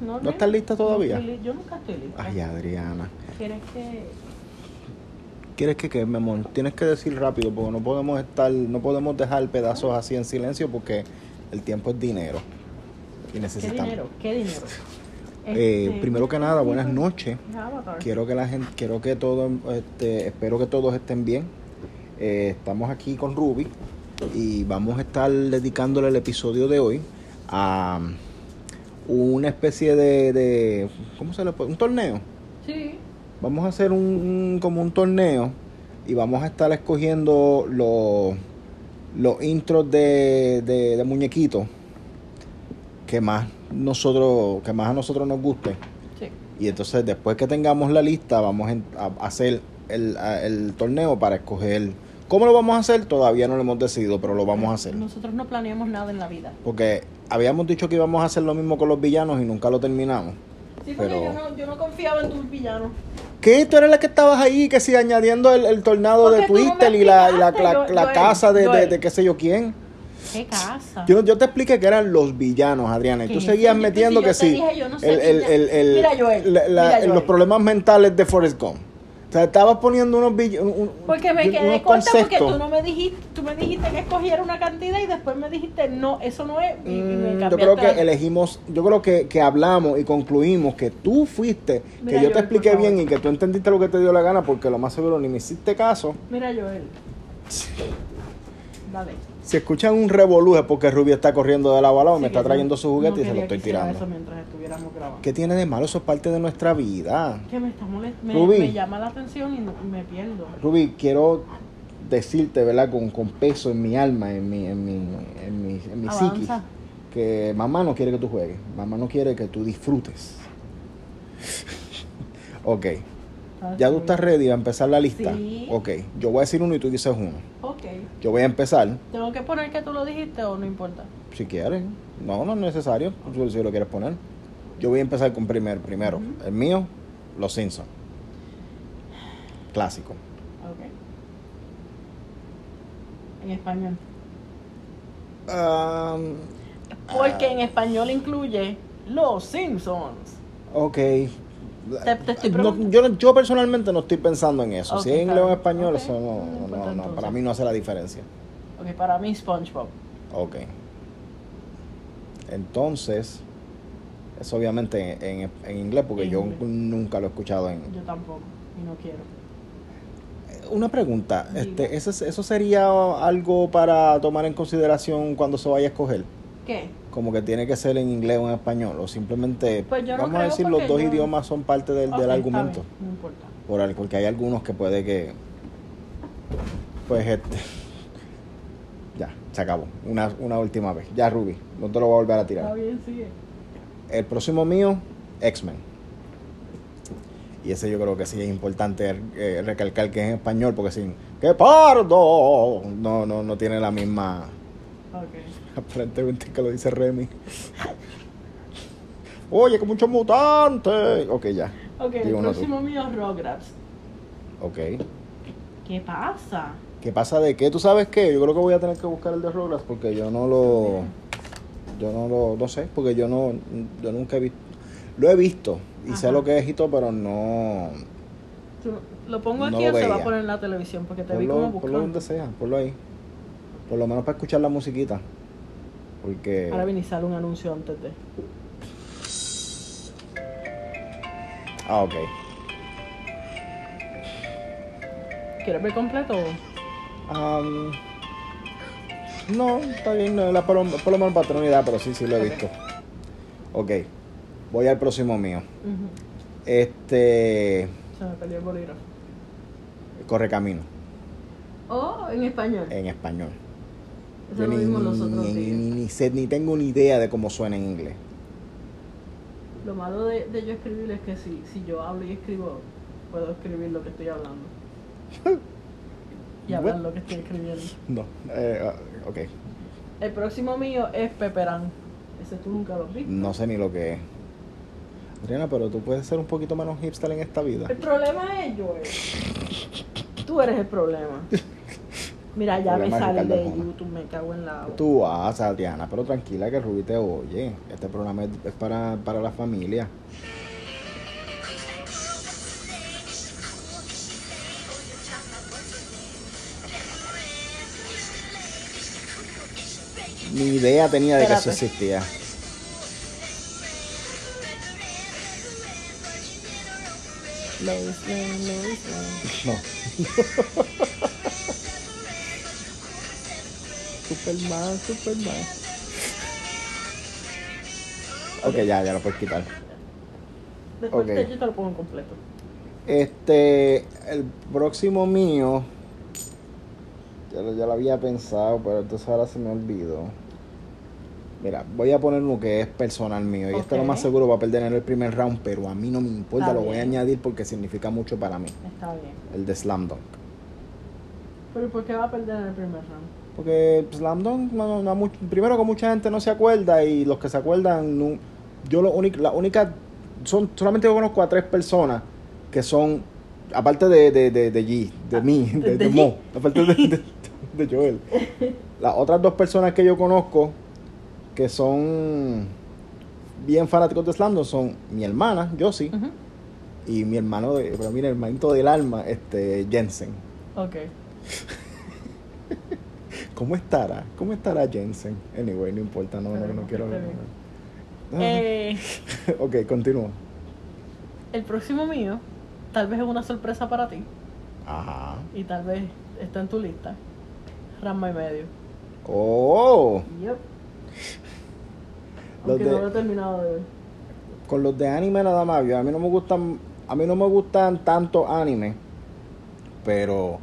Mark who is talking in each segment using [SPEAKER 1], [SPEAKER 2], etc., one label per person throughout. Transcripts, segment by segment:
[SPEAKER 1] No,
[SPEAKER 2] ¿No estás lista todavía? Ah,
[SPEAKER 1] estoy li- yo nunca estoy lista.
[SPEAKER 2] Ay, Adriana.
[SPEAKER 1] ¿Quieres que.?
[SPEAKER 2] ¿Quieres que quede, mi amor? Tienes que decir rápido porque no podemos estar, no podemos dejar pedazos así en silencio porque el tiempo es dinero. Y
[SPEAKER 1] ¿Qué
[SPEAKER 2] necesitamos.
[SPEAKER 1] dinero? ¿Qué dinero?
[SPEAKER 2] Eh,
[SPEAKER 1] Este,
[SPEAKER 2] primero que nada, buenas noches.
[SPEAKER 1] Avatar.
[SPEAKER 2] Quiero que la gente, quiero que todos, este, espero que todos estén bien. Eh, estamos aquí con Ruby y vamos a estar dedicándole el episodio de hoy a una especie de, de- ¿cómo se le puede? Un torneo.
[SPEAKER 1] Sí.
[SPEAKER 2] Vamos a hacer un, un- como un torneo y vamos a estar escogiendo los los intros de, de, de muñequitos que más nosotros, que más a nosotros nos gusten.
[SPEAKER 1] Sí.
[SPEAKER 2] Y entonces después que tengamos la lista, vamos en- a a hacer el, a- el torneo para escoger. ¿Cómo lo vamos a hacer? Todavía no lo hemos decidido, pero lo vamos a hacer.
[SPEAKER 1] Nosotros no planeamos nada en la vida.
[SPEAKER 2] Porque habíamos dicho que íbamos a hacer lo mismo con los villanos y nunca lo terminamos.
[SPEAKER 1] Sí, porque
[SPEAKER 2] Pero-
[SPEAKER 1] yo, no, yo no confiaba en tus villanos.
[SPEAKER 2] ¿Qué? Tú eres la que estabas ahí, que si añadiendo el, el tornado de
[SPEAKER 1] Porque tú no me
[SPEAKER 2] Twister y la, y la,
[SPEAKER 1] explicaste,
[SPEAKER 2] la-
[SPEAKER 1] Joel,
[SPEAKER 2] la
[SPEAKER 1] Joel,
[SPEAKER 2] casa de, de-
[SPEAKER 1] Joel.
[SPEAKER 2] de qué sé yo quién.
[SPEAKER 1] ¿Qué casa?
[SPEAKER 2] Yo, yo te expliqué que eran los villanos, Adriana, y
[SPEAKER 1] ¿Qué
[SPEAKER 2] tú
[SPEAKER 1] es
[SPEAKER 2] seguías
[SPEAKER 1] eso? Yo-
[SPEAKER 2] metiendo
[SPEAKER 1] yo
[SPEAKER 2] que
[SPEAKER 1] te
[SPEAKER 2] sí.
[SPEAKER 1] dije, yo no soy
[SPEAKER 2] el- el- el- el-
[SPEAKER 1] Mira, Joel,
[SPEAKER 2] la- la-
[SPEAKER 1] mira, Joel.
[SPEAKER 2] Los problemas mentales de Forrest Gump. O sea, estabas poniendo unos, vill- un- un-
[SPEAKER 1] Porque me
[SPEAKER 2] unos
[SPEAKER 1] quedé corta
[SPEAKER 2] conceptos.
[SPEAKER 1] porque tú no me dijiste, tú me dijiste que escogiera una cantidad y después me dijiste no, eso no es. Y, y me
[SPEAKER 2] Mm, yo
[SPEAKER 1] cambiaste
[SPEAKER 2] creo que
[SPEAKER 1] la-
[SPEAKER 2] elegimos, yo creo que, que hablamos y concluimos que tú fuiste,
[SPEAKER 1] Mira,
[SPEAKER 2] que yo
[SPEAKER 1] Joel,
[SPEAKER 2] te
[SPEAKER 1] por
[SPEAKER 2] expliqué
[SPEAKER 1] favor.
[SPEAKER 2] bien y que tú entendiste lo que te dio la gana, porque lo más seguro ni me hiciste caso.
[SPEAKER 1] Mira Joel. Dale.
[SPEAKER 2] Si escuchan un revolú es porque Rubio está corriendo de lado a lado, me
[SPEAKER 1] Sí, que
[SPEAKER 2] está
[SPEAKER 1] yo
[SPEAKER 2] trayendo su juguete
[SPEAKER 1] no
[SPEAKER 2] y se lo
[SPEAKER 1] quería
[SPEAKER 2] estoy
[SPEAKER 1] que hiciera
[SPEAKER 2] tirando.
[SPEAKER 1] Eso mientras estuviéramos grabando.
[SPEAKER 2] ¿Qué tiene de malo? Eso es parte de nuestra vida.
[SPEAKER 1] Que me está molestando,
[SPEAKER 2] Rubí.
[SPEAKER 1] me, me llama la atención y no- me pierdo.
[SPEAKER 2] Ruby, quiero decirte, ¿verdad? Con, con peso en mi alma, en mi, en mi, en mi, en mi psiquis,
[SPEAKER 1] Avanza.
[SPEAKER 2] que mamá no quiere que tú juegues, mamá no quiere que tú disfrutes. ok, ya tú estás ready a empezar la lista.
[SPEAKER 1] Sí.
[SPEAKER 2] Ok, yo voy a decir uno y tú dices uno.
[SPEAKER 1] Ok.
[SPEAKER 2] Yo voy a empezar,
[SPEAKER 1] ¿Tengo que poner que tú lo dijiste o no importa?
[SPEAKER 2] si quieres. No, no es necesario, si- si lo quieres poner. Yo voy a empezar con primer, primero.
[SPEAKER 1] Ujú.
[SPEAKER 2] El mío, Los Simpsons. Clásico.
[SPEAKER 1] Ok. En español.
[SPEAKER 2] Ah,
[SPEAKER 1] Porque en español incluye Los Simpsons.
[SPEAKER 2] Ok.
[SPEAKER 1] Te- te estoy
[SPEAKER 2] No,
[SPEAKER 1] preguntando.
[SPEAKER 2] yo, no- yo personalmente no estoy pensando en eso.
[SPEAKER 1] Ok,
[SPEAKER 2] si es inglés
[SPEAKER 1] claro.
[SPEAKER 2] o en español,
[SPEAKER 1] Ok,
[SPEAKER 2] eso no,
[SPEAKER 1] no
[SPEAKER 2] no,
[SPEAKER 1] importa
[SPEAKER 2] no,
[SPEAKER 1] entonces.
[SPEAKER 2] para mí no hace la diferencia.
[SPEAKER 1] Ok, para mí SpongeBob.
[SPEAKER 2] Ok. Entonces, eso obviamente en, en- en inglés, porque
[SPEAKER 1] En
[SPEAKER 2] yo
[SPEAKER 1] inglés.
[SPEAKER 2] nunca lo he escuchado en...
[SPEAKER 1] Yo tampoco. Y no quiero.
[SPEAKER 2] Una pregunta,
[SPEAKER 1] Diga.
[SPEAKER 2] este, ¿eso, es- ¿eso sería algo para tomar en consideración cuando se vaya a escoger?
[SPEAKER 1] ¿Qué?
[SPEAKER 2] Como que tiene que ser en inglés o en español, o simplemente,
[SPEAKER 1] Pues yo no
[SPEAKER 2] vamos a
[SPEAKER 1] creo
[SPEAKER 2] decir, los
[SPEAKER 1] porque
[SPEAKER 2] dos
[SPEAKER 1] yo-
[SPEAKER 2] idiomas son parte del,
[SPEAKER 1] Ok,
[SPEAKER 2] del
[SPEAKER 1] está
[SPEAKER 2] argumento.
[SPEAKER 1] bien, No importa.
[SPEAKER 2] por algo, porque hay algunos que puede que pues este ya se acabó una, una última vez ya Ruby no te lo voy a volver a
[SPEAKER 1] Está
[SPEAKER 2] tirar
[SPEAKER 1] bien, sigue.
[SPEAKER 2] el próximo mío X-Men y ese yo creo que sí es importante eh, recalcar que es en español porque sin que pardo no no no tiene la misma
[SPEAKER 1] Ok.
[SPEAKER 2] aparentemente que lo dice Remy oye que muchos mutantes ok ya
[SPEAKER 1] Ok,
[SPEAKER 2] Di
[SPEAKER 1] el
[SPEAKER 2] uno tú.
[SPEAKER 1] próximo mío es Rugrats.
[SPEAKER 2] ok
[SPEAKER 1] ¿Qué pasa?
[SPEAKER 2] ¿Qué pasa de qué? ¿Tú sabes qué? Yo creo que voy a tener que buscar el de Rugrats porque yo no lo. Yo no lo. No sé, porque yo no. Yo nunca he visto. Lo he visto y sé
[SPEAKER 1] Ajá.
[SPEAKER 2] lo que es y todo, pero no.
[SPEAKER 1] Tú- Lo pongo
[SPEAKER 2] No
[SPEAKER 1] aquí
[SPEAKER 2] lo
[SPEAKER 1] o se va
[SPEAKER 2] veía.
[SPEAKER 1] a poner en la televisión porque te vi como
[SPEAKER 2] Ponlo,
[SPEAKER 1] buscando.
[SPEAKER 2] ponlo donde sea, ponlo ahí. Por lo menos para escuchar la musiquita. Porque.
[SPEAKER 1] Ahora viene y sale un anuncio antes de.
[SPEAKER 2] Ah, ok.
[SPEAKER 1] ¿Quieres ver completo? o?
[SPEAKER 2] Am, no, está bien, no, la, por, lo- por lo menos para tener una idea, pero sí, sí lo he
[SPEAKER 1] Ok.
[SPEAKER 2] visto. Ok, voy al próximo mío.
[SPEAKER 1] Ujú.
[SPEAKER 2] Este.
[SPEAKER 1] Se me perdió el bolígrafo.
[SPEAKER 2] Corre camino.
[SPEAKER 1] Oh, en español.
[SPEAKER 2] en español.
[SPEAKER 1] Eso
[SPEAKER 2] Yo
[SPEAKER 1] lo
[SPEAKER 2] Eh, ni,
[SPEAKER 1] vimos los otros
[SPEAKER 2] ni-
[SPEAKER 1] días.
[SPEAKER 2] ni- ni sé- ni tengo ni idea de cómo suena en inglés.
[SPEAKER 1] Lo malo de, de yo escribir es que si, si yo hablo y escribo, puedo escribir lo que estoy hablando. y hablar lo que estoy escribiendo.
[SPEAKER 2] No, eh, ah, ok.
[SPEAKER 1] El próximo mío es Peperán. Ese tú nunca lo has visto.
[SPEAKER 2] No sé ni lo que es. Adriana, pero tú puedes ser un poquito menos hipster en esta vida.
[SPEAKER 1] El problema es Joel. Tú eres el problema. Mira, ya me
[SPEAKER 2] Problemas de
[SPEAKER 1] salí
[SPEAKER 2] Ricardo
[SPEAKER 1] de
[SPEAKER 2] Arjona.
[SPEAKER 1] YouTube, me cago en la...
[SPEAKER 2] Tú vas, Adriana, pero tranquila que Ruby te oye. Este programa es, es para, para la familia. Ni idea tenía de que eso
[SPEAKER 1] Espérate.
[SPEAKER 2] existía.
[SPEAKER 1] Lois Lane, Lois Lane.
[SPEAKER 2] No. Superman, Superman. Ok, ya, ya lo puedes quitar.
[SPEAKER 1] Después
[SPEAKER 2] Ok.
[SPEAKER 1] te, yo te lo pongo en completo.
[SPEAKER 2] Este, el próximo mío, ya lo, ya lo había pensado, pero entonces ahora se me olvidó. Mira, voy a poner uno que es personal mío. Y este lo
[SPEAKER 1] Ok.
[SPEAKER 2] más seguro va a perder en el primer round, pero a mí no me importa,
[SPEAKER 1] Está
[SPEAKER 2] lo voy a
[SPEAKER 1] bien.
[SPEAKER 2] añadir porque significa mucho para mí.
[SPEAKER 1] Está bien.
[SPEAKER 2] El de Slam Dunk.
[SPEAKER 1] Pero ¿por qué va a perder en el primer round?
[SPEAKER 2] Porque Slam Dunk, no, no, no much- primero que mucha gente no se acuerda y los que se acuerdan, no- yo lo único, la única, son, solamente conozco a tres personas que son, aparte de, de, de, de G, de mí,
[SPEAKER 1] de
[SPEAKER 2] de, de
[SPEAKER 1] G.
[SPEAKER 2] Mo, aparte de, de, de Joel. Las otras dos personas que yo conozco que son bien fanáticos de Slam Dunk son mi hermana, Josie, y mi hermano, de, pero mi hermanito del alma, este Jensen.
[SPEAKER 1] Ok.
[SPEAKER 2] ¿Cómo estará? ¿Cómo estará Jensen? Anyway, no importa, no, no, no,
[SPEAKER 1] Esperemos que
[SPEAKER 2] quiero hablar.
[SPEAKER 1] esté
[SPEAKER 2] Ah,
[SPEAKER 1] Eh,
[SPEAKER 2] ok, continúa.
[SPEAKER 1] el próximo mío, tal vez es una sorpresa para ti
[SPEAKER 2] Ajá.
[SPEAKER 1] y tal vez está en tu lista. Rama y medio.
[SPEAKER 2] Oh,
[SPEAKER 1] Yep.
[SPEAKER 2] Los
[SPEAKER 1] Aunque
[SPEAKER 2] de-
[SPEAKER 1] no lo he terminado de ver.
[SPEAKER 2] con los de anime nada más, yo- a mí no me gustan, a mí no me gustan tanto anime, pero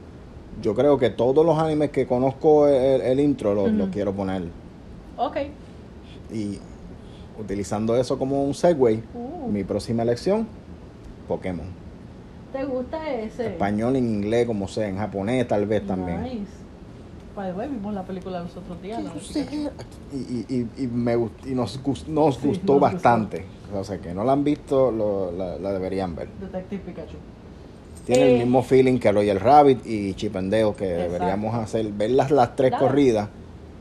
[SPEAKER 2] yo creo que todos los animes que conozco el, el intro los
[SPEAKER 1] Ujú.
[SPEAKER 2] quiero poner.
[SPEAKER 1] Ok.
[SPEAKER 2] Y utilizando eso como un segue,
[SPEAKER 1] Uh,
[SPEAKER 2] mi próxima elección, Pokémon.
[SPEAKER 1] ¿Te gusta ese?
[SPEAKER 2] Español, en inglés, como sea, en japonés tal vez también.
[SPEAKER 1] Nice. By the way, vimos la película los otros días. la de Pikachu.
[SPEAKER 2] Y, y, y, y me gust- y nos, gus- nos
[SPEAKER 1] Sí,
[SPEAKER 2] gustó
[SPEAKER 1] nos
[SPEAKER 2] bastante. O sea, que no la han visto, lo- la, la deberían ver.
[SPEAKER 1] Detective Pikachu.
[SPEAKER 2] Tiene
[SPEAKER 1] Eh.
[SPEAKER 2] el mismo feeling que Royal Rabbit y Chipendeo, que
[SPEAKER 1] Exacto.
[SPEAKER 2] deberíamos hacer, ver las, las tres
[SPEAKER 1] Claro.
[SPEAKER 2] corridas.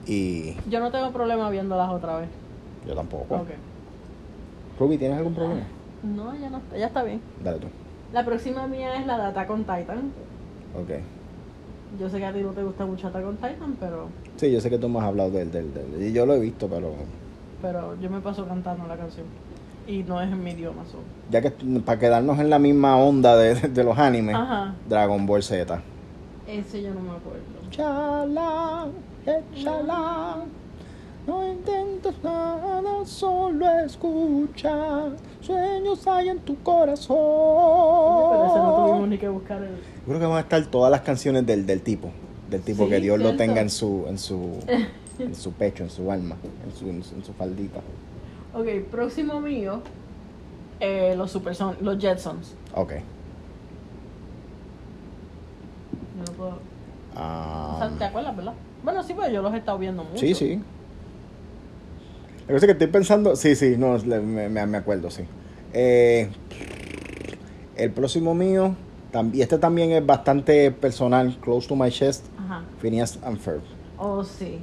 [SPEAKER 2] Y
[SPEAKER 1] Yo no tengo problema viéndolas otra vez.
[SPEAKER 2] yo tampoco.
[SPEAKER 1] Ok. Ah.
[SPEAKER 2] Ruby, ¿tienes algún problema?
[SPEAKER 1] No, ya no está. Ya está bien.
[SPEAKER 2] Dale tú.
[SPEAKER 1] La próxima mía es la de Attack on Titan.
[SPEAKER 2] Ok.
[SPEAKER 1] Yo sé que a ti no te gusta mucho Attack on Titan, pero,
[SPEAKER 2] Sí, yo sé que tú me has hablado del, del, del. Y yo lo he visto, pero.
[SPEAKER 1] pero yo me paso cantando la canción. Y no es en mi idioma solo.
[SPEAKER 2] Ya que para quedarnos en la misma onda de, de los animes,
[SPEAKER 1] Ajá.
[SPEAKER 2] Dragon Ball Z.
[SPEAKER 1] Ese yo no me acuerdo.
[SPEAKER 2] Chala, échala. No intentes nada, solo escucha. Sueños hay en tu corazón.
[SPEAKER 1] Pero ese no tuvimos ni que buscar el.
[SPEAKER 2] Yo creo que van a estar todas las canciones del, del tipo. Del tipo
[SPEAKER 1] Sí,
[SPEAKER 2] que Dios lo
[SPEAKER 1] cierto.
[SPEAKER 2] tenga en su, en su, en su pecho, en su alma, en su, en su, en su faldita.
[SPEAKER 1] Ok, próximo mío. eh, los Superson, los Jetsons.
[SPEAKER 2] Ok.
[SPEAKER 1] Yo no puedo. O sea,
[SPEAKER 2] ah,
[SPEAKER 1] ¿te acuerdas, verdad? Bueno, sí, pero yo los he estado viendo mucho.
[SPEAKER 2] sí, sí. La cosa es que estoy pensando. Sí, sí, no, le- me, me- me acuerdo, sí. Eh, el próximo mío, tam- y este también es bastante personal, close to my chest,
[SPEAKER 1] Ajá.
[SPEAKER 2] Phineas and Ferb.
[SPEAKER 1] Oh, sí.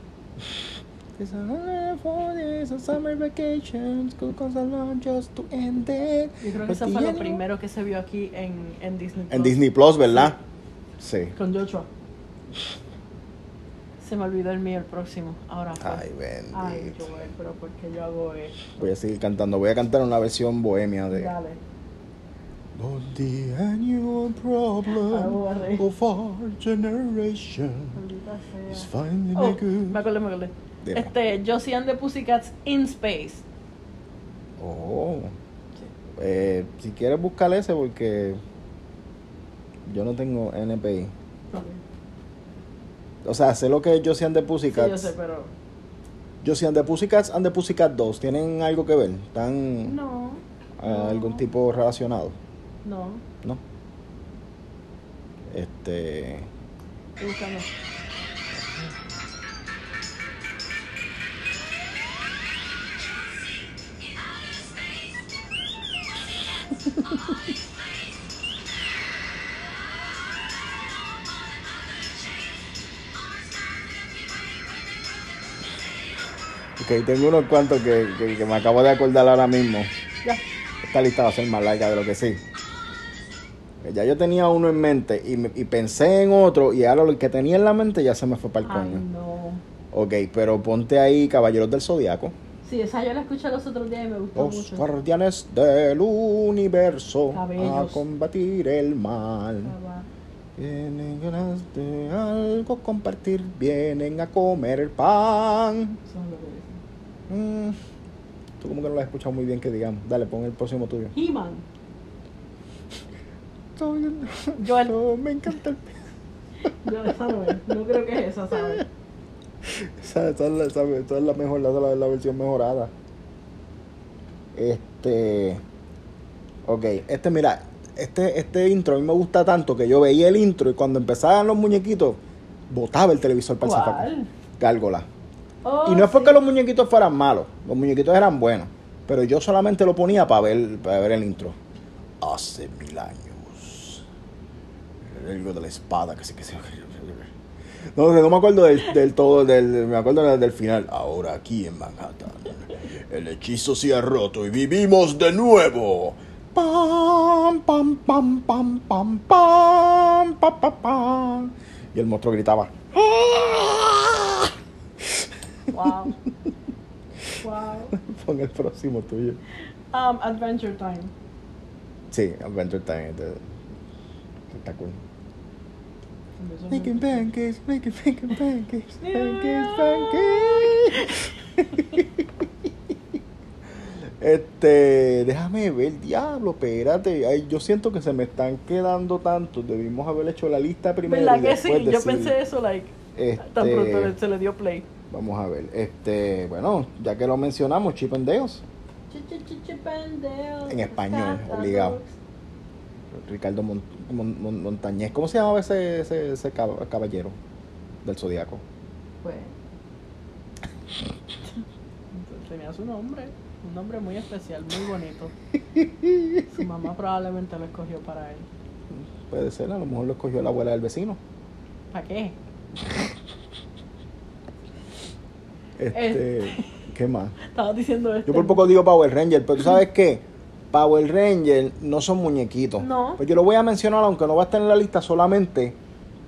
[SPEAKER 2] It's a hundred and four days of summer vacation, school goes along just to end it.
[SPEAKER 1] Yo creo que
[SPEAKER 2] But
[SPEAKER 1] eso
[SPEAKER 2] the
[SPEAKER 1] fue lo
[SPEAKER 2] end-
[SPEAKER 1] primero que se vio aquí en, en Disney.
[SPEAKER 2] Pues En
[SPEAKER 1] Plus.
[SPEAKER 2] Disney Plus, ¿verdad? Sí.
[SPEAKER 1] Con Joshua. Se me olvidó el mío, el próximo. Ahora fue.
[SPEAKER 2] Ay,
[SPEAKER 1] Ay,
[SPEAKER 2] bendito.
[SPEAKER 1] Joel, pero ¿por qué yo hago esto?
[SPEAKER 2] Voy a seguir cantando. Voy a cantar una versión bohemia de.
[SPEAKER 1] Dale.
[SPEAKER 2] But the annual
[SPEAKER 1] Ah,
[SPEAKER 2] problem
[SPEAKER 1] borré.
[SPEAKER 2] of our generation
[SPEAKER 1] Maldita
[SPEAKER 2] is
[SPEAKER 1] sea.
[SPEAKER 2] finding
[SPEAKER 1] Oh,
[SPEAKER 2] a good.
[SPEAKER 1] me acordé, me acordé.
[SPEAKER 2] Dime.
[SPEAKER 1] Este, Josie and the Pussycats in Space.
[SPEAKER 2] Oh. Eh, si quieres buscar ese porque yo no tengo NPI. O sea, sé lo que es Josie and the
[SPEAKER 1] Sí,
[SPEAKER 2] Pussycats.
[SPEAKER 1] yo sé, pero.
[SPEAKER 2] Josie and the Pussycats and the Pussycat 2. ¿Tienen algo que ver? ¿Están
[SPEAKER 1] No,
[SPEAKER 2] eh,
[SPEAKER 1] no.
[SPEAKER 2] algún tipo relacionado?
[SPEAKER 1] no.
[SPEAKER 2] ¿No? Este...
[SPEAKER 1] Estoy buscando.
[SPEAKER 2] Ok, tengo unos cuantos que, que- que me acabo de acordar ahora mismo.
[SPEAKER 1] Ya.
[SPEAKER 2] Esta lista va a ser más larga de lo que sí. Ya yo tenía uno en mente y, me- y pensé en otro y ahora lo que tenía en la mente ya se me fue para el
[SPEAKER 1] Ay,
[SPEAKER 2] coño.
[SPEAKER 1] no.
[SPEAKER 2] Ok, pero ponte ahí Caballeros del Zodiaco.
[SPEAKER 1] Sí, esa yo la escuché los otros días y me gustó
[SPEAKER 2] Los
[SPEAKER 1] mucho.
[SPEAKER 2] guardianes del universo a
[SPEAKER 1] Cabellos.
[SPEAKER 2] combatir el mal.
[SPEAKER 1] Estaba-
[SPEAKER 2] Tienen ganas de algo compartir, vienen a comer pan.
[SPEAKER 1] eso es lo que dice.
[SPEAKER 2] Mm, tú como que no lo has escuchado muy bien que digamos. Dale, pon el próximo tuyo.
[SPEAKER 1] He-Man. Joel.
[SPEAKER 2] No, me encanta el...
[SPEAKER 1] No, esa no es. No creo que es esa, ¿sabes?
[SPEAKER 2] Esa, esa es la, esa- esa es la mejor, la, la- la versión mejorada. Este. Ok, este, mira, este, este intro a mí me gusta tanto que yo veía el intro y cuando empezaban los muñequitos, botaba el televisor para el zapato.
[SPEAKER 1] ¿Cuál?
[SPEAKER 2] Gárgola.
[SPEAKER 1] Oh,
[SPEAKER 2] Y no es porque
[SPEAKER 1] sí.
[SPEAKER 2] los muñequitos fueran malos, los muñequitos eran buenos, pero yo solamente lo ponía para ver, para ver el intro. Hace mil años. El libro de la espada, que se que se. No, no me acuerdo del, del todo, del, me acuerdo del, del final. Ahora aquí en Manhattan, el hechizo se ha roto y vivimos de nuevo. Pam, pam, pam, pam, pam, pam, pam, pam, pam. Y el monstruo gritaba. ¡Ah!
[SPEAKER 1] Wow. wow.
[SPEAKER 2] Pon el próximo tuyo.
[SPEAKER 1] Um, Adventure Time.
[SPEAKER 2] Sí, Adventure Time. este- Está cool.
[SPEAKER 1] Eso me-
[SPEAKER 2] pancakes, making pancakes, pancakes,
[SPEAKER 1] pancakes,
[SPEAKER 2] Este, déjame ver, diablo, espérate. Ay, yo siento que se me están quedando tantos. Debimos haber hecho la lista primero.
[SPEAKER 1] ¿Verdad
[SPEAKER 2] y
[SPEAKER 1] que sí?
[SPEAKER 2] después
[SPEAKER 1] Yo
[SPEAKER 2] decir,
[SPEAKER 1] pensé eso, like, tan
[SPEAKER 2] este,
[SPEAKER 1] pronto le- se le dio play.
[SPEAKER 2] Vamos a ver. Este, bueno, ya que lo mencionamos, Chip and Deos. En español, obligado. Ricardo Mon- Mon- Mon- Montañez. ¿Cómo se llamaba ese, ese, ese cab- caballero del zodiaco?
[SPEAKER 1] Pues. Tenía su nombre, un nombre muy especial, muy bonito. Su mamá probablemente lo escogió para él.
[SPEAKER 2] Puede ser, a lo mejor lo escogió la abuela del vecino.
[SPEAKER 1] ¿Para qué?
[SPEAKER 2] Este, ¿Qué más?
[SPEAKER 1] Estaba diciendo este, esto.
[SPEAKER 2] Yo por poco digo Power Ranger, pero tú sabes qué? Power Ranger no son muñequitos.
[SPEAKER 1] No.
[SPEAKER 2] Pues yo lo voy a mencionar, aunque no va a estar en la lista, solamente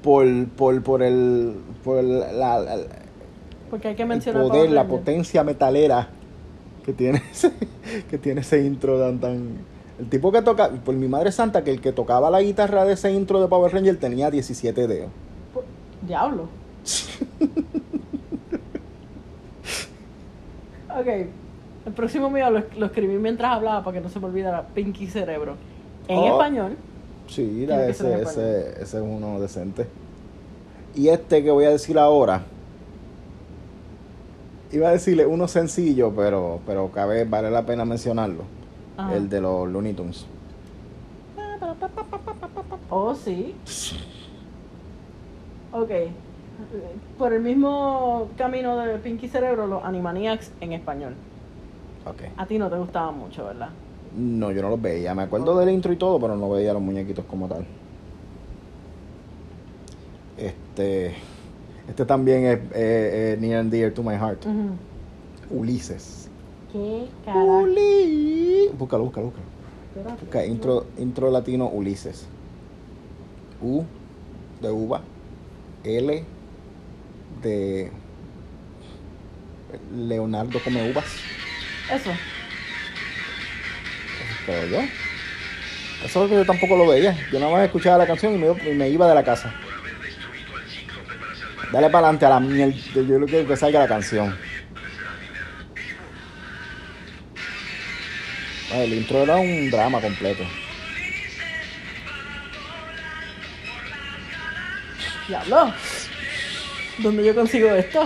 [SPEAKER 2] por, por, por el, por el- la- la- el
[SPEAKER 1] Porque hay que mencionar.
[SPEAKER 2] poder,
[SPEAKER 1] Power
[SPEAKER 2] la
[SPEAKER 1] Rangers.
[SPEAKER 2] potencia metalera que tiene ese, que tiene ese intro tan tan. El tipo que toca, por mi madre santa, que el que tocaba la guitarra de ese intro de Power Ranger tenía 17 dedos.
[SPEAKER 1] Diablo. ok. El próximo mío lo, lo escribí mientras hablaba para que no se me olvidara. Pinky Cerebro. En
[SPEAKER 2] Oh.
[SPEAKER 1] español.
[SPEAKER 2] Sí,
[SPEAKER 1] Tiene
[SPEAKER 2] la-
[SPEAKER 1] que ser
[SPEAKER 2] ese,
[SPEAKER 1] de Power
[SPEAKER 2] ese, ese es uno decente. Y este que voy a decir ahora. Iba a decirle uno sencillo, pero, pero cabe, vale la pena mencionarlo.
[SPEAKER 1] Ajá.
[SPEAKER 2] El de los Looney Tunes.
[SPEAKER 1] Oh, sí. Ok. Por el mismo camino de Pinky Cerebro, los Animaniacs en español.
[SPEAKER 2] Ok.
[SPEAKER 1] A ti no te gustaban mucho, ¿verdad?
[SPEAKER 2] No, yo no los veía. Me acuerdo del intro y todo, pero no veía los muñequitos como tal. Este. Este también es eh, eh, near and dear to my heart. Ulises.
[SPEAKER 1] ¿Qué carajo?
[SPEAKER 2] Ulises. Búscalo, búscalo, búscalo. Busca intro, intro latino Ulises. U de uva. L de Leonardo come uvas.
[SPEAKER 1] Eso.
[SPEAKER 2] Pero yo. Eso es que yo tampoco lo veía. Yo nada más escuchaba la canción y me, y me iba de la casa. Dale para adelante a la miel. Yo creo que, que salga la canción. Ah, El intro era un drama completo.
[SPEAKER 1] Diablo. ¿Dónde yo consigo esto?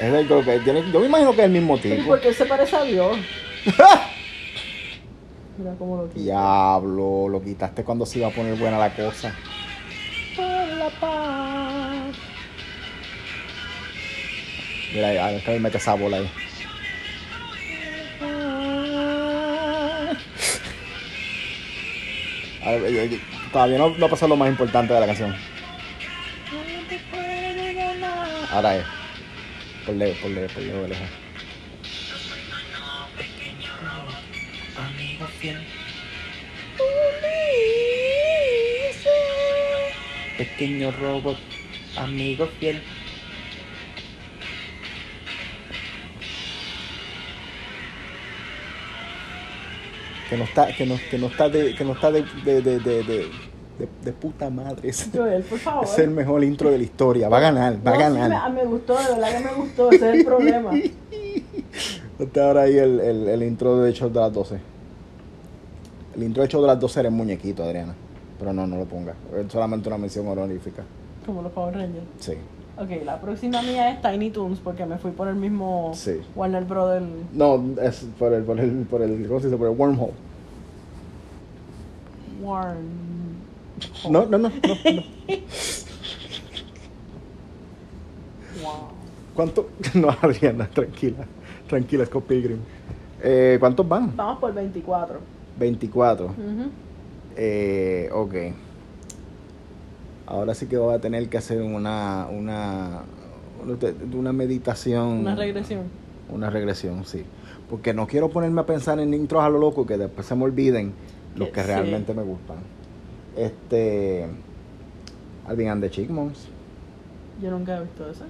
[SPEAKER 2] Es del- creo que tiene- yo me imagino que es el mismo
[SPEAKER 1] ¿Y
[SPEAKER 2] tipo.
[SPEAKER 1] por qué se parece a Dios? Mira cómo lo quita.
[SPEAKER 2] Diablo, lo quitaste cuando se iba a poner buena la cosa. Por la paz. Mira, ahí, ahí, ahí mete esa bola ahí. A ver, yo- yo- todavía no, no ha pasado lo más importante de la canción. Ahora es. Por lejos, por lejos, por lejos, de lejos.
[SPEAKER 1] tiene.
[SPEAKER 3] Pequeño robot, amigo fiel.
[SPEAKER 2] Que no está, que no, que no está de, que no está de, de, de, de, de, de- de puta madre. Ese
[SPEAKER 1] Joel, por favor.
[SPEAKER 2] es el mejor intro de la historia. Va a ganar, va a
[SPEAKER 1] No, sí,
[SPEAKER 2] ganar.
[SPEAKER 1] me, me gustó, de verdad que me gustó, ese es el problema.
[SPEAKER 2] Está ahora ahí el, el, el intro de Hecho de las 12. El intro de Hecho de las 12 era el muñequito, Adriana. Pero no, no lo ponga. Es solamente una mención honorífica.
[SPEAKER 1] Como los Power Rangers.
[SPEAKER 2] Sí.
[SPEAKER 1] Ok, la próxima mía es Tiny Toons, porque me fui por el mismo
[SPEAKER 2] Sí.
[SPEAKER 1] Warner Brothers.
[SPEAKER 2] No, es por el, por el, por el, ¿cómo se dice? Por el wormhole.
[SPEAKER 1] Warn. Oh.
[SPEAKER 2] No, no, no. no.
[SPEAKER 1] Wow.
[SPEAKER 2] ¿Cuánto? No, Adriana, tranquila. Tranquila, Scott Pilgrim. Eh, ¿Cuántos van?
[SPEAKER 1] Vamos por 24.
[SPEAKER 2] 24.
[SPEAKER 1] Ujú.
[SPEAKER 2] Eh, ok. Ahora sí que voy a tener que hacer una, una, una meditación.
[SPEAKER 1] Una regresión.
[SPEAKER 2] Una regresión, sí. Porque no quiero ponerme a pensar en intros a lo loco que después se me olviden los
[SPEAKER 1] Que
[SPEAKER 2] que
[SPEAKER 1] sí.
[SPEAKER 2] realmente me gustan. Este. Alvin and the Chipmunks.
[SPEAKER 1] Yo nunca he visto eso.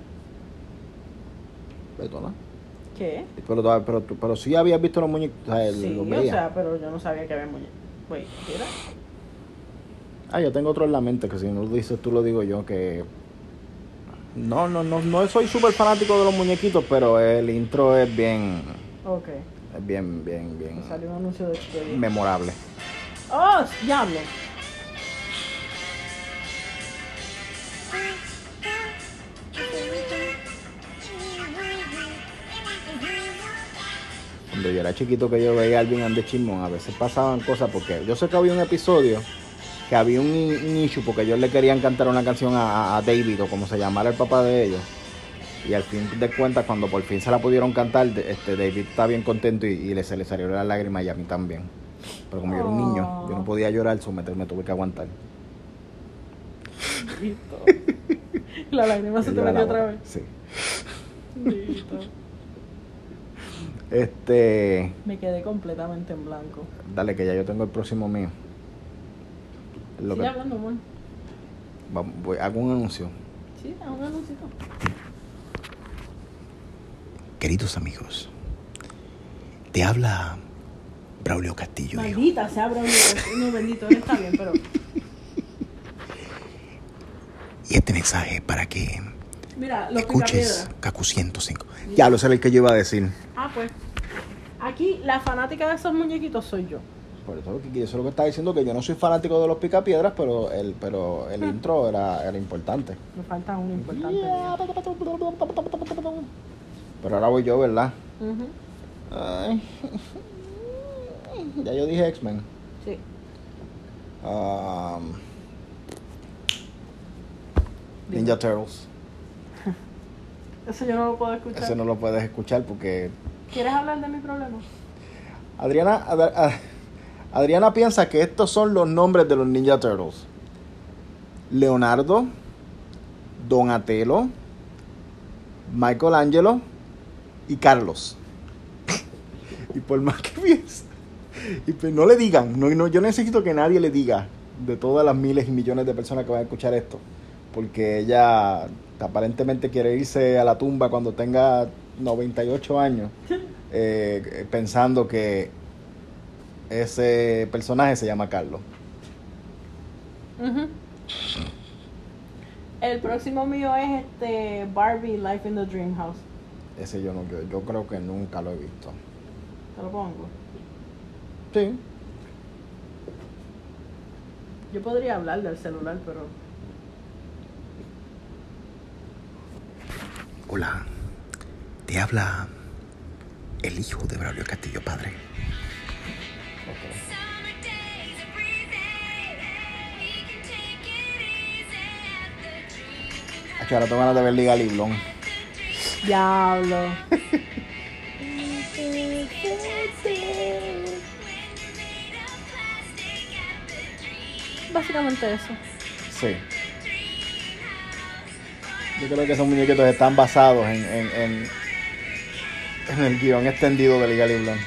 [SPEAKER 2] Perdona.
[SPEAKER 1] ¿Qué?
[SPEAKER 2] Pero, todavía- pero, tú- pero sí habías visto los muñecos. o sea, el-
[SPEAKER 1] Sí,
[SPEAKER 2] los
[SPEAKER 1] o
[SPEAKER 2] veías.
[SPEAKER 1] sea, pero yo no sabía que había muñe. Wait, ¿qué era?
[SPEAKER 2] Ah, yo tengo otro en la mente que si no lo dices tú lo digo yo que. No, no, no, no soy súper fanático de los muñequitos, pero el intro es bien,
[SPEAKER 1] Ok,
[SPEAKER 2] es bien, bien, bien
[SPEAKER 1] me salió un anuncio de Expedia.
[SPEAKER 2] memorable.
[SPEAKER 1] ¡Oh, diablo!
[SPEAKER 2] Cuando yo era chiquito que yo veía a Alvin and the Chipmunks, a veces pasaban cosas porque yo sé que había un episodio que había un, un issue porque ellos le querían cantar una canción a, a David o como se llamara el papá de ellos. Y al fin de cuentas, cuando por fin se la pudieron cantar, de- este David está bien contento y, y le, se le salió la lágrima y a mí también. Pero como yo era un niño,
[SPEAKER 1] Oh.
[SPEAKER 2] yo no podía llorar, someterme, me tuve que aguantar.
[SPEAKER 1] Listo. La lágrima se te
[SPEAKER 2] Yo lloraba
[SPEAKER 1] metió otra vez.
[SPEAKER 2] Sí.
[SPEAKER 1] Listo.
[SPEAKER 2] Este,
[SPEAKER 1] Me quedé completamente en blanco.
[SPEAKER 2] dale que ya yo tengo el próximo mío. Lo
[SPEAKER 1] Sigue
[SPEAKER 2] que,
[SPEAKER 1] hablando, amor.
[SPEAKER 2] vamos, voy- hago un anuncio.
[SPEAKER 1] Sí, a un anuncio.
[SPEAKER 2] Queridos amigos, te habla Braulio Castillo. hijo.
[SPEAKER 1] Maldita, se abre un... No, bendito, él está bien, pero...
[SPEAKER 2] Y este mensaje para que
[SPEAKER 1] Mira, los
[SPEAKER 2] escuches
[SPEAKER 1] picapiedras.
[SPEAKER 2] Kaku 105. Ya lo sé el que yo iba a decir.
[SPEAKER 1] Ah, pues. Aquí, la fanática de esos muñequitos soy yo.
[SPEAKER 2] Por eso, lo que- eso es lo que está diciendo, que yo no soy fanático de los picapiedras, pero el, pero el intro era, era importante.
[SPEAKER 1] Me falta uno importante.
[SPEAKER 2] Pero ahora voy yo, ¿verdad?
[SPEAKER 1] Ujú.
[SPEAKER 2] Ay. Ya yo dije X-Men.
[SPEAKER 1] Sí.
[SPEAKER 2] Um, Ninja Turtles.
[SPEAKER 1] Eso yo no lo puedo escuchar.
[SPEAKER 2] Ese no lo puedes escuchar porque
[SPEAKER 1] ¿Quieres hablar de mi problema?
[SPEAKER 2] Adriana, Ad- Ad- Adriana piensa que estos son los nombres de los Ninja Turtles. Leonardo, Donatello, Michelangelo y Carlos. Y por más que piensa, y pues no le digan, no, no, yo necesito que nadie le diga de todas las miles y millones de personas que van a escuchar esto, porque ella aparentemente quiere irse a la tumba cuando tenga 98 años eh, pensando que ese personaje se llama Carlos.
[SPEAKER 1] Ujú. El próximo mío es este Barbie Life in the Dream House.
[SPEAKER 2] Ese yo no, yo, yo creo que nunca lo he visto.
[SPEAKER 1] Te lo pongo.
[SPEAKER 2] Sí.
[SPEAKER 1] Yo podría hablar del celular, pero
[SPEAKER 2] Hola, te habla el hijo de Braulio Castillo Padre. Ahora tengo ganas de ver Liga Liblón.
[SPEAKER 1] diablo. Básicamente eso.
[SPEAKER 2] Sí. Yo creo que esos muñequitos están basados en, en, en, en el guión extendido de Liga Liblón.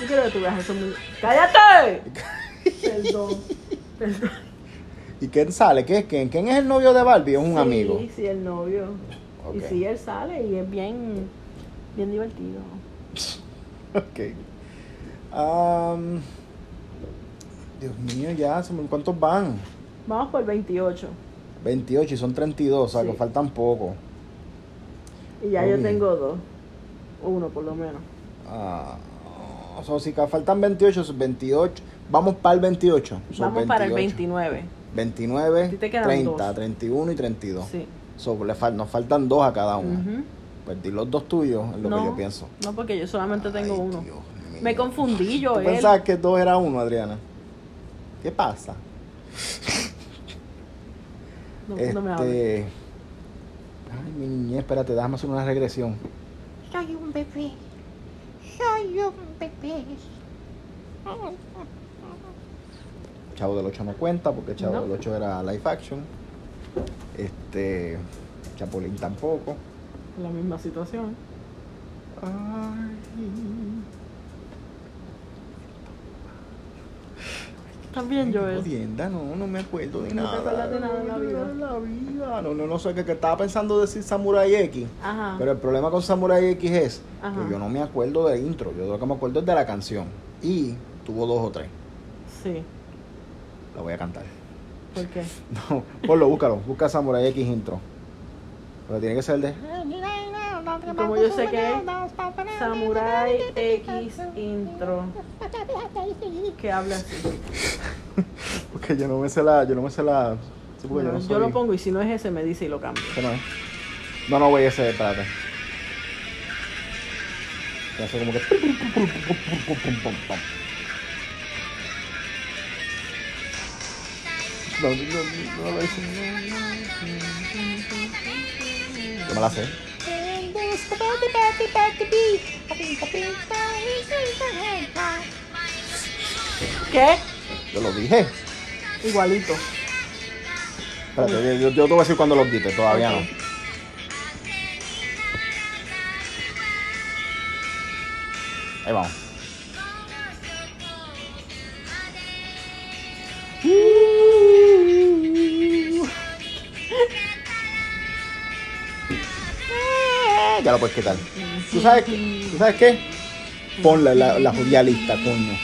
[SPEAKER 1] Yo quiero que tú veas eso muy. ¡Cállate! Perdón. Perdón.
[SPEAKER 2] ¿Y quién sale? ¿Qué es quién? ¿Quién es el novio de Barbie? Es un
[SPEAKER 1] Sí,
[SPEAKER 2] amigo.
[SPEAKER 1] Sí, el novio.
[SPEAKER 2] Ok.
[SPEAKER 1] Y sí, él sale y es bien, bien divertido.
[SPEAKER 2] Ok. Am, Dios mío, ya, se me- ¿cuántos van?
[SPEAKER 1] Vamos por 28.
[SPEAKER 2] 28 y son 32, o sea que
[SPEAKER 1] Sí.
[SPEAKER 2] faltan poco.
[SPEAKER 1] Y ya
[SPEAKER 2] Uy.
[SPEAKER 1] yo tengo dos. Uno por lo menos.
[SPEAKER 2] Ah, o sea, si ca- faltan 28, son 28. Vamos para el 28. son
[SPEAKER 1] Vamos para el
[SPEAKER 2] 28.
[SPEAKER 1] 29.
[SPEAKER 2] 29,
[SPEAKER 1] A ti te quedan
[SPEAKER 2] 30,
[SPEAKER 1] dos.
[SPEAKER 2] 31 y 32.
[SPEAKER 1] Sí.
[SPEAKER 2] So, le fal- nos faltan dos a cada uno.
[SPEAKER 1] Ujú.
[SPEAKER 2] Perdí los dos tuyos, es lo que yo pienso.
[SPEAKER 1] No, porque yo solamente tengo
[SPEAKER 2] Ay,
[SPEAKER 1] uno.
[SPEAKER 2] Dios mío.
[SPEAKER 1] Me confundí yo,
[SPEAKER 2] ¿Tú
[SPEAKER 1] él.
[SPEAKER 2] pensabas que dos era uno, Adriana? ¿Qué pasa?
[SPEAKER 1] No,
[SPEAKER 2] este...
[SPEAKER 1] no me hables.
[SPEAKER 2] Ay, mi niñez, espérate, déjame hacer una regresión.
[SPEAKER 4] Soy un bebé. Soy un bebé.
[SPEAKER 2] Chavo del 8 no cuenta porque Chavo
[SPEAKER 1] No.
[SPEAKER 2] del 8 era live action. Este. Chapulín tampoco.
[SPEAKER 1] La misma situación.
[SPEAKER 2] Ay.
[SPEAKER 1] También yo es.
[SPEAKER 2] Jodienda, no, no me acuerdo de
[SPEAKER 1] No te
[SPEAKER 2] nada.
[SPEAKER 1] acuerdas de nada en la
[SPEAKER 2] No,
[SPEAKER 1] vida.
[SPEAKER 2] de la vida. No, no, no sé, que, que estaba pensando decir Samurai X.
[SPEAKER 1] Ajá.
[SPEAKER 2] Pero el problema con Samurai X es
[SPEAKER 1] Ah. Ajá.
[SPEAKER 2] que yo no me acuerdo de intro. Yo lo que me acuerdo es de la canción. Y tuvo dos o tres.
[SPEAKER 1] Sí.
[SPEAKER 2] La voy a cantar.
[SPEAKER 1] ¿Por qué?
[SPEAKER 2] No, ponlo, búscalo. Busca Samurai X intro. Pero tiene que ser el de.
[SPEAKER 1] Como yo sé que es Samurai X intro. Que habla así.
[SPEAKER 2] Porque yo no me sé la. Yo no me sé la. sí, porque yo,
[SPEAKER 1] Bueno,
[SPEAKER 2] no
[SPEAKER 1] yo,
[SPEAKER 2] soy-
[SPEAKER 1] lo pongo y si no es ese me dice y lo cambio.
[SPEAKER 2] Ese no es. No, no, güey, ese, espérate. Y hace como que. No, no, no, no, lo hice. Yo me la sé.
[SPEAKER 1] ¿Qué?
[SPEAKER 2] Yo lo dije.
[SPEAKER 1] Igualito.
[SPEAKER 2] Espérate, yo, yo- yo te voy a decir cuando lo quite, todavía
[SPEAKER 1] Ok.
[SPEAKER 2] no. Ahí vamos. Eh, Ya lo puedes quitar. ¿Tú sabes, qué? ¿Tú sabes qué? Ponla en la, la jodida lista, coño.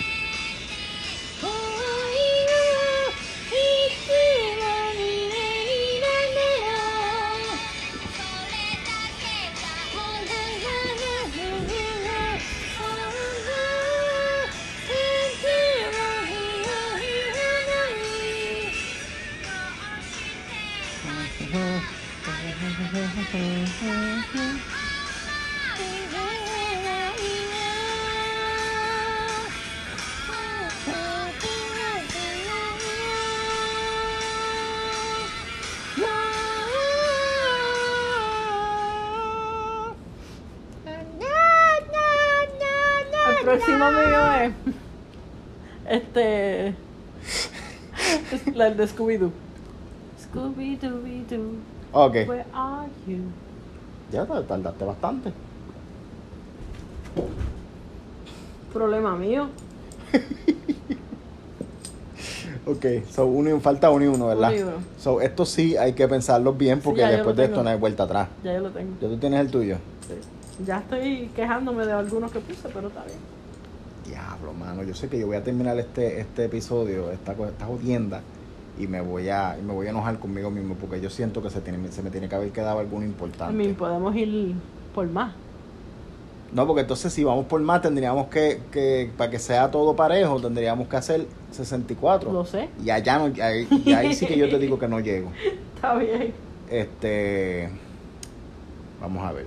[SPEAKER 1] El próximo mío es. Este. es La el de Scooby-Doo. Scooby-Dooby-Doo,
[SPEAKER 2] Ok.
[SPEAKER 1] where are you?
[SPEAKER 2] Ya te tardaste bastante.
[SPEAKER 1] Problema mío.
[SPEAKER 2] Ok, so uno y, falta uno y uno, ¿verdad?
[SPEAKER 1] Uno y uno.
[SPEAKER 2] So esto sí hay que pensarlo bien porque
[SPEAKER 1] ya yo
[SPEAKER 2] después
[SPEAKER 1] lo
[SPEAKER 2] de esto
[SPEAKER 1] tengo.
[SPEAKER 2] no hay vuelta atrás.
[SPEAKER 1] Ya yo lo tengo.
[SPEAKER 2] Ya tú tienes el tuyo.
[SPEAKER 1] Sí. Este, Ya estoy quejándome de algunos que puse, pero está bien.
[SPEAKER 2] Diablo, mano, yo sé que yo voy a terminar este, este episodio, esta, co- esta jodienda, y me voy a y me voy a enojar conmigo mismo porque yo siento que se, tiene, se me tiene que haber quedado alguno importante.
[SPEAKER 1] También podemos ir por más.
[SPEAKER 2] No, porque entonces si vamos por más tendríamos que, que para que sea todo parejo, tendríamos que hacer 64.
[SPEAKER 1] Lo sé.
[SPEAKER 2] Y allá no, ahí, y ahí sí que yo te digo que no llego.
[SPEAKER 1] Está bien.
[SPEAKER 2] Este. Vamos a ver.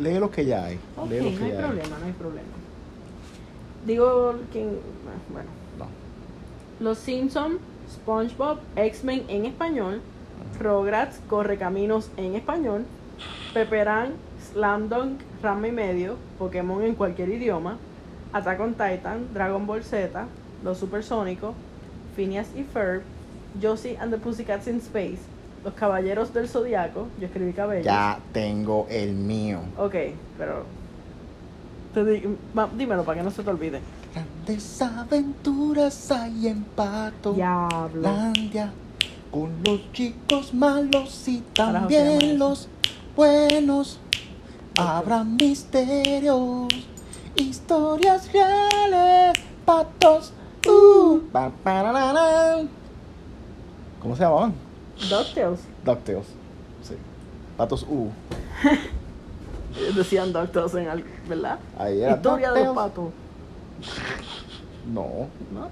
[SPEAKER 2] Lee los que ya hay.
[SPEAKER 1] Ok,
[SPEAKER 2] Lee
[SPEAKER 1] no
[SPEAKER 2] los que
[SPEAKER 1] hay
[SPEAKER 2] ya hay.
[SPEAKER 1] problema, no hay problema. Digo, quien. Bueno.
[SPEAKER 2] No.
[SPEAKER 1] Los Simpson, SpongeBob, X-Men en español, Rugrats, Correcaminos en español, Pepperán, Slam Dunk, Rama y Medio, Pokémon en cualquier idioma, Attack on Titan, Dragon Ball Z, Los Supersónicos, Phineas y Ferb, Josie and the Pussycats in Space, Los Caballeros del Zodiaco, yo escribí cabello.
[SPEAKER 2] Ya tengo el mío.
[SPEAKER 1] Ok, pero Te di- va- dímelo para que no se te olvide.
[SPEAKER 3] Grandes aventuras hay en Pato.
[SPEAKER 1] Diablo.
[SPEAKER 3] Landia, con los chicos malos y
[SPEAKER 1] Carajo, se llama eso.
[SPEAKER 3] también los buenos. Habrá misterios, historias reales, patos. Uh.
[SPEAKER 2] Pa, parararán. ¿Cómo se llamaban?
[SPEAKER 1] Doctors.
[SPEAKER 2] DuckTales. Sí. Patos U.
[SPEAKER 1] Eh, Decían Doctors en algo, ¿verdad?
[SPEAKER 2] Ahí era
[SPEAKER 1] Historia de los
[SPEAKER 2] DuckTales.
[SPEAKER 1] patos.
[SPEAKER 2] No.
[SPEAKER 1] ¿No?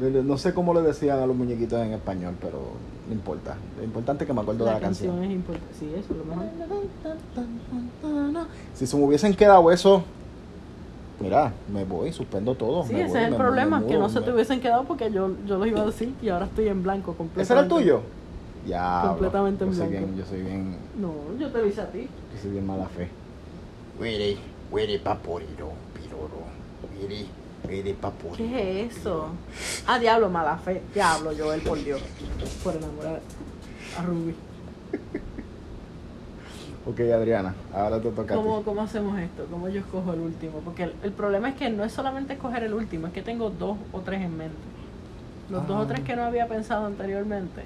[SPEAKER 2] Yo le- No sé cómo le decían a los muñequitos en español, pero no importa. Lo importante es que me acuerdo
[SPEAKER 1] La,
[SPEAKER 2] de la
[SPEAKER 1] canción,
[SPEAKER 2] canción.
[SPEAKER 1] es importante. Sí, eso es lo mejor. ¿eh?
[SPEAKER 2] Si se me hubiesen quedado eso, mira, me voy, suspendo todo.
[SPEAKER 1] Sí,
[SPEAKER 2] me
[SPEAKER 1] ese
[SPEAKER 2] voy,
[SPEAKER 1] es el
[SPEAKER 2] me-
[SPEAKER 1] problema,
[SPEAKER 2] me
[SPEAKER 1] que no
[SPEAKER 2] mudo,
[SPEAKER 1] se te
[SPEAKER 2] me-
[SPEAKER 1] hubiesen quedado porque yo, yo los iba a decir y ahora estoy en blanco completamente.
[SPEAKER 2] ¿Ese era el tuyo? Ya.
[SPEAKER 1] Completamente en
[SPEAKER 2] yo soy
[SPEAKER 1] blanco.
[SPEAKER 2] bien, Yo soy bien,
[SPEAKER 1] No, yo te lo hice a ti.
[SPEAKER 2] yo soy bien mala fe.
[SPEAKER 3] Huere, huere paporiro, piroro. Huere, huere paporiro.
[SPEAKER 1] ¿Qué es eso? Ah, diablo, mala fe. Diablo, Joel, por Dios. Por enamorar a Ruby.
[SPEAKER 2] Ok, Adriana, ahora te toca a ti.
[SPEAKER 1] ¿Cómo, ¿Cómo hacemos esto? ¿Cómo yo escojo el último? Porque el, el problema es que no es solamente escoger el último, es que tengo dos o tres en mente. Los dos o
[SPEAKER 2] Ah.
[SPEAKER 1] tres que no había pensado anteriormente.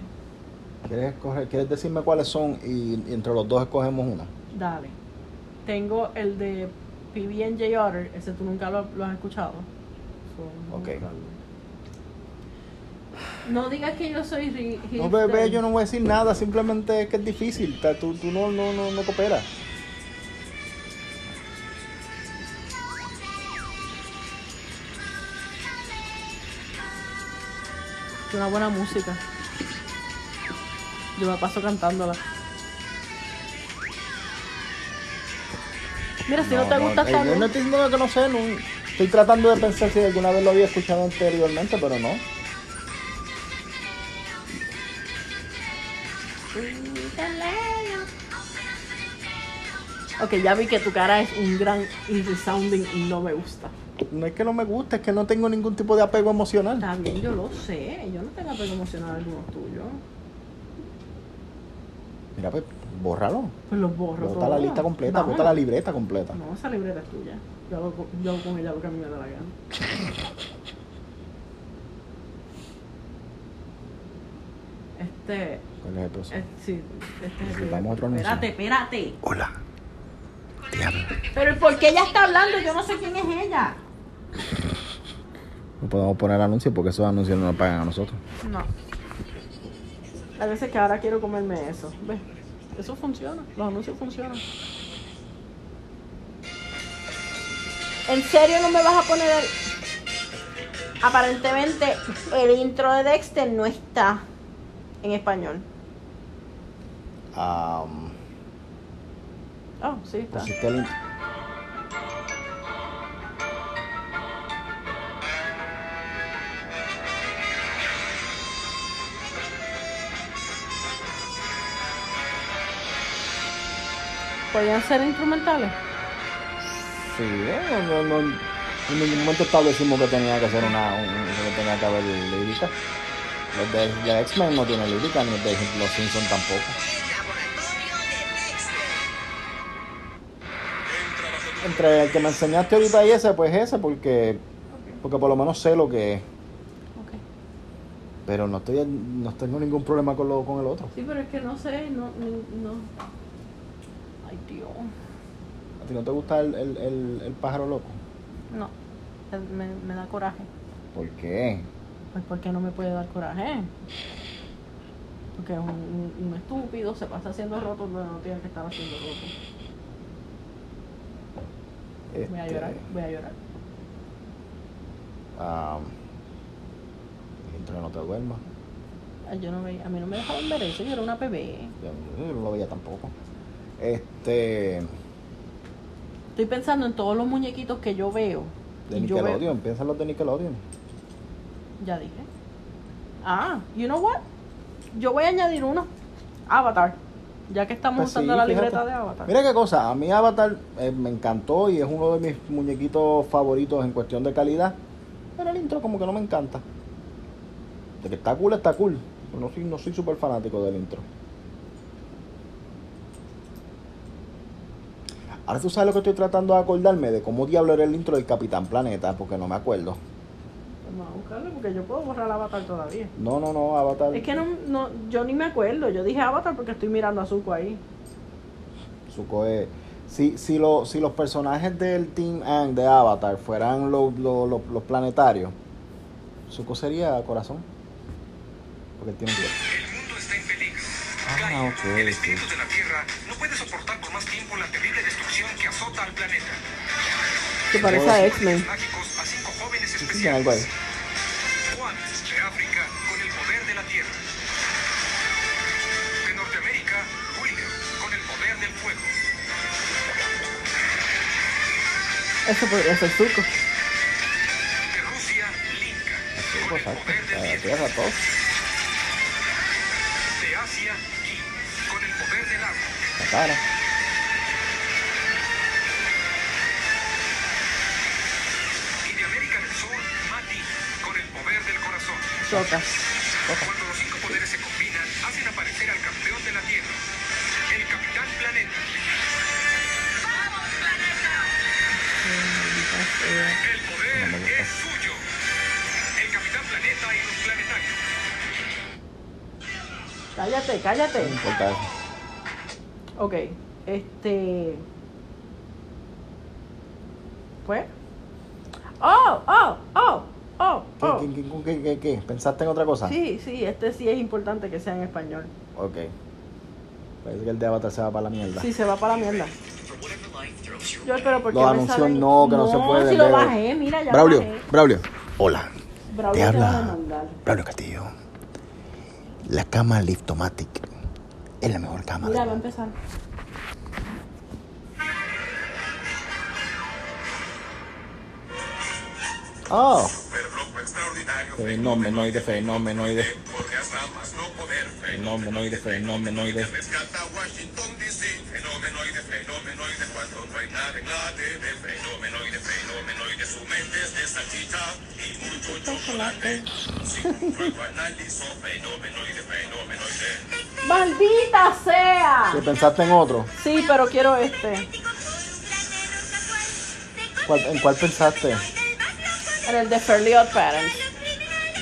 [SPEAKER 2] ¿Quieres, escoger- ¿Quieres decirme cuáles son y, y entre los dos escogemos una?
[SPEAKER 1] Dale. Tengo el de PB&J Otter, ese tú nunca lo, lo has escuchado. So,
[SPEAKER 2] Ok.
[SPEAKER 1] No digas que yo soy ri-
[SPEAKER 2] No,
[SPEAKER 1] hipster.
[SPEAKER 2] bebé, yo no voy a decir nada, simplemente es que es difícil, ta- tú, tú no, no, no, no cooperas.
[SPEAKER 1] Es una buena música. Yo me paso cantándola. Mira, si no, te gusta
[SPEAKER 2] eh,
[SPEAKER 1] esta
[SPEAKER 2] yo no
[SPEAKER 1] luz,
[SPEAKER 2] estoy diciendo que no sé, no, estoy tratando de pensar si alguna vez lo había escuchado anteriormente, pero no.
[SPEAKER 1] Ok, ya vi que tu cara es un gran y resounding y no me gusta.
[SPEAKER 2] No es que no me guste, es que no tengo ningún tipo de apego emocional.
[SPEAKER 1] Está bien, yo lo sé. Yo no tengo apego emocional alguno tuyo.
[SPEAKER 2] Mira, pues, bórralo.
[SPEAKER 1] Pues los borro
[SPEAKER 2] Bota la
[SPEAKER 1] todos.
[SPEAKER 2] lista completa,
[SPEAKER 1] Vámonos.
[SPEAKER 2] bota la libreta completa.
[SPEAKER 1] No, Pues esa libreta es tuya. Yo hago, co- yo hago con ella lo que a mí me da la gana. Este,
[SPEAKER 2] ¿Cuál es el proceso?
[SPEAKER 1] eh, sí, este es el
[SPEAKER 2] Necesitamos otro anuncio.
[SPEAKER 1] Espérate, espérate.
[SPEAKER 2] Hola. Te hablo.
[SPEAKER 1] Pero ¿por qué ella está hablando? Yo no sé quién es ella.
[SPEAKER 2] No podemos poner anuncios porque esos anuncios no nos pagan a nosotros.
[SPEAKER 1] No. A veces que ahora quiero comerme eso. ¿Ves? Eso funciona. Los anuncios funcionan. ¿En serio no me vas a poner el... Aparentemente el intro de Dexter no está en español.
[SPEAKER 2] Ah,
[SPEAKER 1] Oh, sí está.
[SPEAKER 2] pusiste el-
[SPEAKER 1] ¿Podrían ser instrumentales?
[SPEAKER 2] Sí, no, no, no, en ningún momento establecimos que tenía que ser una, un- que tenía que haber lírica. Los de, de X-Men no tienen lírica, ni los de los Simpsons tampoco. Entre el que me enseñaste ahorita y ese, pues ese, porque, porque por lo menos sé lo que es.
[SPEAKER 1] Ok.
[SPEAKER 2] Pero no estoy, no tengo ningún problema con, lo, con el otro.
[SPEAKER 1] Sí, pero es que no sé, no... ni- no. Ay, Dios.
[SPEAKER 2] ¿A ti no te gusta el, el, el, el pájaro loco?
[SPEAKER 1] No. Me, me da coraje.
[SPEAKER 2] ¿Por qué?
[SPEAKER 1] Pues porque no me puede dar coraje. Porque es un, un- un estúpido, se pasa haciendo roto donde no tiene que estar haciendo roto. Voy a
[SPEAKER 2] Este,
[SPEAKER 1] llorar, voy a llorar.
[SPEAKER 2] ah, mientras no te duermas.
[SPEAKER 1] Ay, Yo no veía, a mí no me dejaban ver eso, yo era una bebé.
[SPEAKER 2] Yo yo no lo veía tampoco. Este.
[SPEAKER 1] Estoy pensando en todos los muñequitos que yo veo.
[SPEAKER 2] De
[SPEAKER 1] Y yo veo-
[SPEAKER 2] Nickelodeon, piensa en los de Nickelodeon.
[SPEAKER 1] Ya dije. Ah, you know what? Yo voy a añadir uno. Avatar. Ya que estamos
[SPEAKER 2] Pues sí,
[SPEAKER 1] usando la
[SPEAKER 2] fíjate.
[SPEAKER 1] libreta de Avatar.
[SPEAKER 2] Mira qué cosa, a mí Avatar eh, me encantó y es uno de mis muñequitos favoritos en cuestión de calidad. Pero el intro como que no me encanta. De que está cool, está cool. Pero no soy, no soy súper fanático del intro. Ahora tú sabes lo que estoy tratando de acordarme de cómo diablo era el intro del Capitán Planeta, porque no me acuerdo.
[SPEAKER 1] Pues Vamos a buscarlo porque yo puedo borrar Avatar todavía.
[SPEAKER 2] No, no, no, Avatar.
[SPEAKER 1] Es que no, no, yo ni me acuerdo. Yo dije Avatar porque estoy mirando a Zuko ahí.
[SPEAKER 2] Zuko es- Si, si, lo- si los personajes del Team Ang de Avatar fueran los, los, los- los planetarios, Zuko sería corazón. Porque él tiene que.
[SPEAKER 5] El mundo está en peligro.
[SPEAKER 2] Ah, ok,
[SPEAKER 5] El espíritu
[SPEAKER 2] ok.
[SPEAKER 5] de la Tierra no puede soportar por más tiempo la terrible destrucción que azota al planeta.
[SPEAKER 1] Que parece a X-Men.
[SPEAKER 5] Poderes Mágicos a cinco jóvenes
[SPEAKER 2] Sí, sí, algo ahí.
[SPEAKER 5] especiales. Juan de África con el poder de la Tierra. De Norteamérica, William con el poder del fuego.
[SPEAKER 1] Eso podría ser Zuko.
[SPEAKER 5] De Rusia, Lincoln con el
[SPEAKER 2] Exacto,
[SPEAKER 5] poder del
[SPEAKER 2] la
[SPEAKER 5] viento.
[SPEAKER 2] tierra, todo.
[SPEAKER 5] De Asia, Ki con el poder del agua.
[SPEAKER 2] La cara.
[SPEAKER 5] Y de América del Sur, Mati con el poder del corazón.
[SPEAKER 1] Choca.
[SPEAKER 5] Cuando los cinco poderes se combinan, hacen aparecer al campeón de la Tierra, el Capitán Planeta. El
[SPEAKER 2] No me
[SPEAKER 5] poder
[SPEAKER 2] gusta.
[SPEAKER 5] es suyo. El Capitán Planeta y los planetarios.
[SPEAKER 1] Cállate, cállate.
[SPEAKER 2] No importa eso.
[SPEAKER 1] Ok, este. Pues. ¡Oh! ¡Oh! ¡Oh! ¡Oh!
[SPEAKER 2] ¿Qué, Ah.
[SPEAKER 1] ¡Oh!
[SPEAKER 2] qué, qué, qué, qué, qué? pensaste en otra cosa?
[SPEAKER 1] Sí, sí, este sí es importante que sea en español.
[SPEAKER 2] Ok. Parece que el de Avatar se va para la mierda.
[SPEAKER 1] Sí, se va para la mierda. Yo, pero ¿por qué
[SPEAKER 2] Los
[SPEAKER 1] me
[SPEAKER 2] anuncios
[SPEAKER 1] salen-
[SPEAKER 2] no, que no se pueden,
[SPEAKER 1] si lo
[SPEAKER 2] Leo.
[SPEAKER 1] bajé, mira, ya
[SPEAKER 2] Braulio,
[SPEAKER 1] lo bajé.
[SPEAKER 2] Braulio. Hola,
[SPEAKER 1] Braulio
[SPEAKER 2] te
[SPEAKER 1] va a
[SPEAKER 2] habla
[SPEAKER 1] demandar.
[SPEAKER 2] Braulio Castillo. La cama Liptomatic es la mejor cama.
[SPEAKER 1] Mira,
[SPEAKER 2] del
[SPEAKER 1] va a
[SPEAKER 2] mundo.
[SPEAKER 1] empezar.
[SPEAKER 2] Oh,
[SPEAKER 5] Extraordinario.
[SPEAKER 2] fenomenoide, fenomenoide,
[SPEAKER 5] Podrías nada más no poder.
[SPEAKER 2] fenomenoide, fenomenoide.
[SPEAKER 5] Rescata Washington DC. Fenomenoide, fenomenoide. Cuando no hay nada en la TV. Fenomenoide, fenomenoide. Su mente es de salchicha y mucho chocolate. Sin prueba analizo. Fenomenoide, fenomenoide.
[SPEAKER 1] ¡Maldita sea!
[SPEAKER 2] ¿Qué pensaste en otro?
[SPEAKER 1] Sí, pero quiero este.
[SPEAKER 2] ¿Cuál- ¿En cuál pensaste?
[SPEAKER 1] En el de Fairly Odd Parents.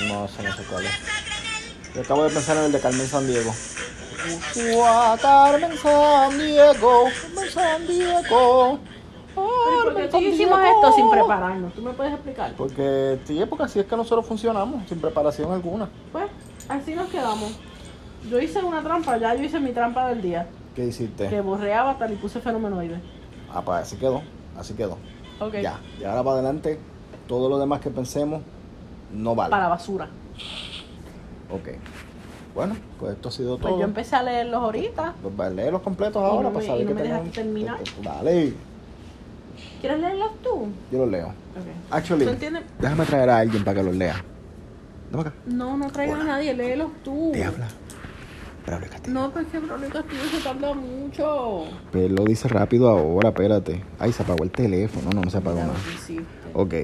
[SPEAKER 2] No, eso no sé cuál es. Yo acabo de pensar en el de Carmen San Diego.
[SPEAKER 3] Carmen San Diego, Carmen San Diego.
[SPEAKER 1] Pero ¿y ¿Por qué tú y yo hicimos esto sin prepararnos? ¿Tú me puedes explicar?
[SPEAKER 2] Porque, sí, porque así es que nosotros funcionamos, sin preparación alguna.
[SPEAKER 1] Pues, así nos quedamos. Yo hice una trampa, ya yo hice mi trampa del día.
[SPEAKER 2] ¿Qué hiciste?
[SPEAKER 1] Que borré Avatar y puse fenomenoide.
[SPEAKER 2] Ah, pues así quedó, así quedó.
[SPEAKER 1] Ok.
[SPEAKER 2] Ya, de ahora para adelante, todo lo demás que pensemos no vale.
[SPEAKER 1] Para basura.
[SPEAKER 2] Ok. Bueno, pues esto ha sido
[SPEAKER 1] Pues
[SPEAKER 2] todo.
[SPEAKER 1] yo empecé a leerlos ahorita.
[SPEAKER 2] Pues va, lee los completos
[SPEAKER 1] Y no
[SPEAKER 2] ahora
[SPEAKER 1] me-
[SPEAKER 2] para
[SPEAKER 1] y
[SPEAKER 2] saber
[SPEAKER 1] no
[SPEAKER 2] que
[SPEAKER 1] me
[SPEAKER 2] tengan-
[SPEAKER 1] dejaste terminar.
[SPEAKER 2] Dale,
[SPEAKER 1] ¿Quieres leerlos tú?
[SPEAKER 2] yo los leo.
[SPEAKER 1] Ok.
[SPEAKER 2] Actually,
[SPEAKER 1] ¿Tú entiendes?
[SPEAKER 2] déjame traer a alguien para que los lea. Dame acá.
[SPEAKER 1] No, no traigas a nadie, léelos tú.
[SPEAKER 2] Te habla. Braulio Castillo.
[SPEAKER 1] Uh. No, pues porque Braulio Castillo se tarda mucho.
[SPEAKER 2] Pero lo dice rápido ahora, espérate. Ay, se apagó el teléfono. No, no se apagó
[SPEAKER 1] Ya lo
[SPEAKER 2] nada.
[SPEAKER 1] que hiciste.
[SPEAKER 2] Ok.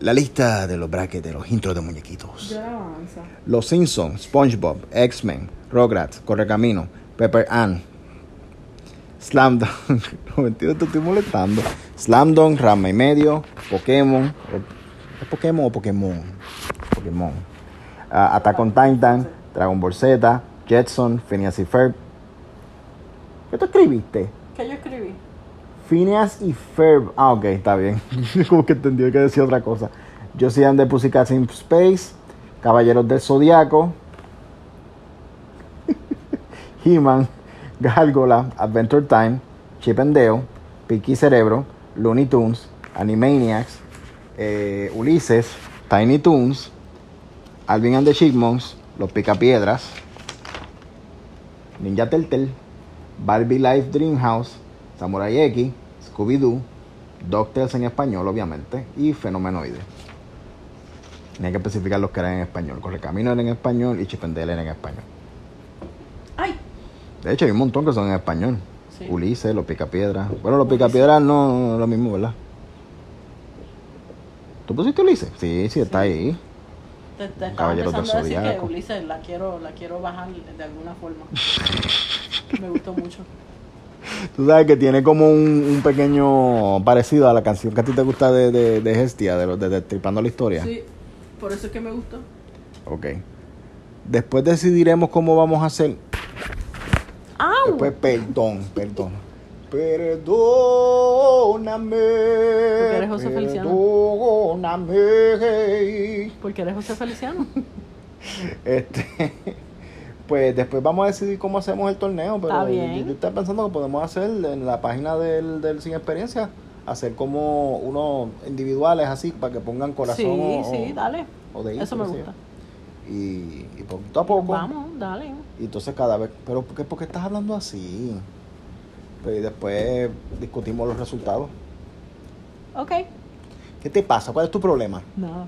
[SPEAKER 2] La lista de los brackets de los intros de muñequitos.
[SPEAKER 1] Ya avanza.
[SPEAKER 2] Los Simpsons, SpongeBob, X-Men, Rugrats, Correcamino, Pepper Ann, Slam Dunk, no mentira, te estoy molestando. Slam Dunk, Rama y Medio, Pokémon, o- ¿es Pokémon o Pokémon? Pokémon. Ah, Attack on Titan, Dragon Ball Z, Jetson, Phineas y Ferb. ¿Qué tú escribiste?
[SPEAKER 1] ¿Qué yo escribí?
[SPEAKER 2] Phineas y Ferb. Ah, ok, está bien. Como que entendí que decía otra cosa. Yo soy Ander Pussycat in Space. Caballeros del Zodiaco. He-Man. Gálgola. Adventure Time. Chip and Dale. Piqui Cerebro. Looney Tunes. Animaniacs. eh, Ulises. Tiny Toons. Alvin and the Chipmunks. Los Picapiedras. Ninja Turtle. Barbie Life Dreamhouse, Samurai X, Scooby-Doo, Doctors en español, obviamente, y Fenomenoide. Tenía que especificar los que eran en español. Correcamino era en español y Chipendel era en español.
[SPEAKER 1] ¡Ay!
[SPEAKER 2] De hecho, hay un montón que son en español.
[SPEAKER 1] Sí.
[SPEAKER 2] Ulises, Los Picapiedras. Bueno, Los
[SPEAKER 1] Ulises.
[SPEAKER 2] Picapiedras no, no es lo mismo, ¿verdad? ¿Tú pusiste Ulises? Sí, sí, está
[SPEAKER 1] Sí.
[SPEAKER 2] ahí.
[SPEAKER 1] Te, te estaba
[SPEAKER 2] Caballero del
[SPEAKER 1] empezando a decir que
[SPEAKER 2] Zodiaco.
[SPEAKER 1] Ulises la quiero, la quiero bajar de alguna forma. Me gustó mucho.
[SPEAKER 2] Tú sabes que tiene como un, un pequeño parecido a la canción que a ti te gusta de, de, de Hestia, de los de Destripando la Historia.
[SPEAKER 1] Sí, por eso es que me gustó.
[SPEAKER 2] Ok. Después decidiremos cómo vamos a hacer.
[SPEAKER 1] ¡Au!
[SPEAKER 2] Después, perdón, perdón. Perdóname.
[SPEAKER 1] eres José Feliciano.
[SPEAKER 2] Perdóname.
[SPEAKER 1] Porque eres José Feliciano.
[SPEAKER 2] Este, pues después vamos a decidir cómo hacemos el torneo, pero
[SPEAKER 1] Está
[SPEAKER 2] yo-
[SPEAKER 1] bien.
[SPEAKER 2] yo, yo estaba pensando que podemos hacer en la página del, del Sin Experiencia, hacer como unos individuales así, para que pongan corazón
[SPEAKER 1] sí,
[SPEAKER 2] o,
[SPEAKER 1] sí, dale.
[SPEAKER 2] o dedito,
[SPEAKER 1] Eso me
[SPEAKER 2] qué sé yo.
[SPEAKER 1] gusta.
[SPEAKER 2] Y, y poquito a poco,
[SPEAKER 1] Vamos, dale.
[SPEAKER 2] y entonces cada vez, pero ¿por qué, por qué estás hablando así? Pero y después discutimos los resultados.
[SPEAKER 1] Ok,
[SPEAKER 2] ¿Qué te pasa? ¿Cuál es tu problema?
[SPEAKER 1] nada.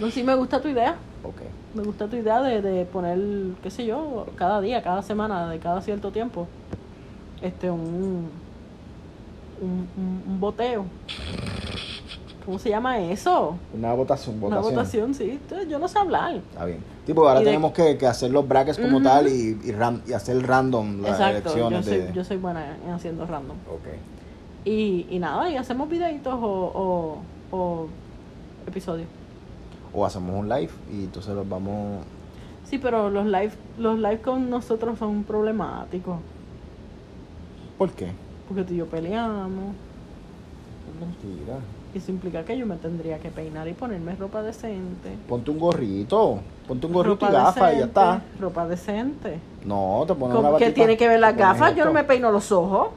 [SPEAKER 1] No, sí, me gusta tu idea.
[SPEAKER 2] Ok.
[SPEAKER 1] Me gusta tu idea de, de poner, qué sé yo, cada día, cada semana, de cada cierto tiempo, este, un, un, un- un boteo. ¿Cómo se llama eso?
[SPEAKER 2] Una votación,
[SPEAKER 1] Una
[SPEAKER 2] votación.
[SPEAKER 1] votación, sí. Te- Yo no sé hablar.
[SPEAKER 2] Está bien. Tipo, ahora
[SPEAKER 1] Y de-
[SPEAKER 2] tenemos que, que hacer los brackets como
[SPEAKER 1] Ujú.
[SPEAKER 2] tal y, y, ram- y hacer random las
[SPEAKER 1] Exacto. Yo
[SPEAKER 2] elecciones.
[SPEAKER 1] soy,
[SPEAKER 2] de...
[SPEAKER 1] yo soy buena en haciendo random.
[SPEAKER 2] Ok.
[SPEAKER 1] Y, y nada, y hacemos videitos o, o, o episodios.
[SPEAKER 2] O hacemos un live y entonces los vamos.
[SPEAKER 1] Sí, pero los live, los live con nosotros son problemáticos.
[SPEAKER 2] ¿Por qué?
[SPEAKER 1] Porque tú y yo peleamos.
[SPEAKER 2] Mentira.
[SPEAKER 1] Y eso implica que yo me tendría que peinar y ponerme ropa decente.
[SPEAKER 2] Ponte un gorrito. Ponte un gorrito
[SPEAKER 1] ropa
[SPEAKER 2] y gafas y ya
[SPEAKER 1] decente,
[SPEAKER 2] está.
[SPEAKER 1] Ropa decente.
[SPEAKER 2] No, te pones una
[SPEAKER 1] ¿Cómo- ¿Qué
[SPEAKER 2] batita,
[SPEAKER 1] tiene que ver las
[SPEAKER 2] te pones
[SPEAKER 1] gafas? Yo no
[SPEAKER 2] esto.
[SPEAKER 1] me peino los ojos.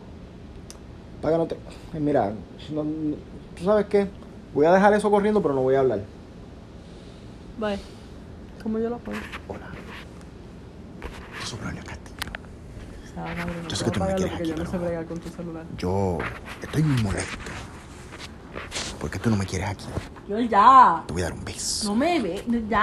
[SPEAKER 2] Para que no te. Ay, Mira, no- no- tú sabes qué. Voy a dejar eso corriendo, pero no voy a hablar.
[SPEAKER 1] Vale. ¿Cómo yo lo pongo?
[SPEAKER 2] Hola. Yo soy Braulio Castillo.
[SPEAKER 1] O sea, madre, no
[SPEAKER 2] Yo sé
[SPEAKER 1] puedo
[SPEAKER 2] que tú no me
[SPEAKER 1] apagarlo
[SPEAKER 2] quieres
[SPEAKER 1] porque Yo no
[SPEAKER 2] aquí,
[SPEAKER 1] sé
[SPEAKER 2] pero-
[SPEAKER 1] bregar con tu celular.
[SPEAKER 2] Yo estoy molesto. Porque tú no me quieres aquí.
[SPEAKER 1] Yo ya.
[SPEAKER 2] Te voy a dar un beso.
[SPEAKER 1] No me ve. Ya.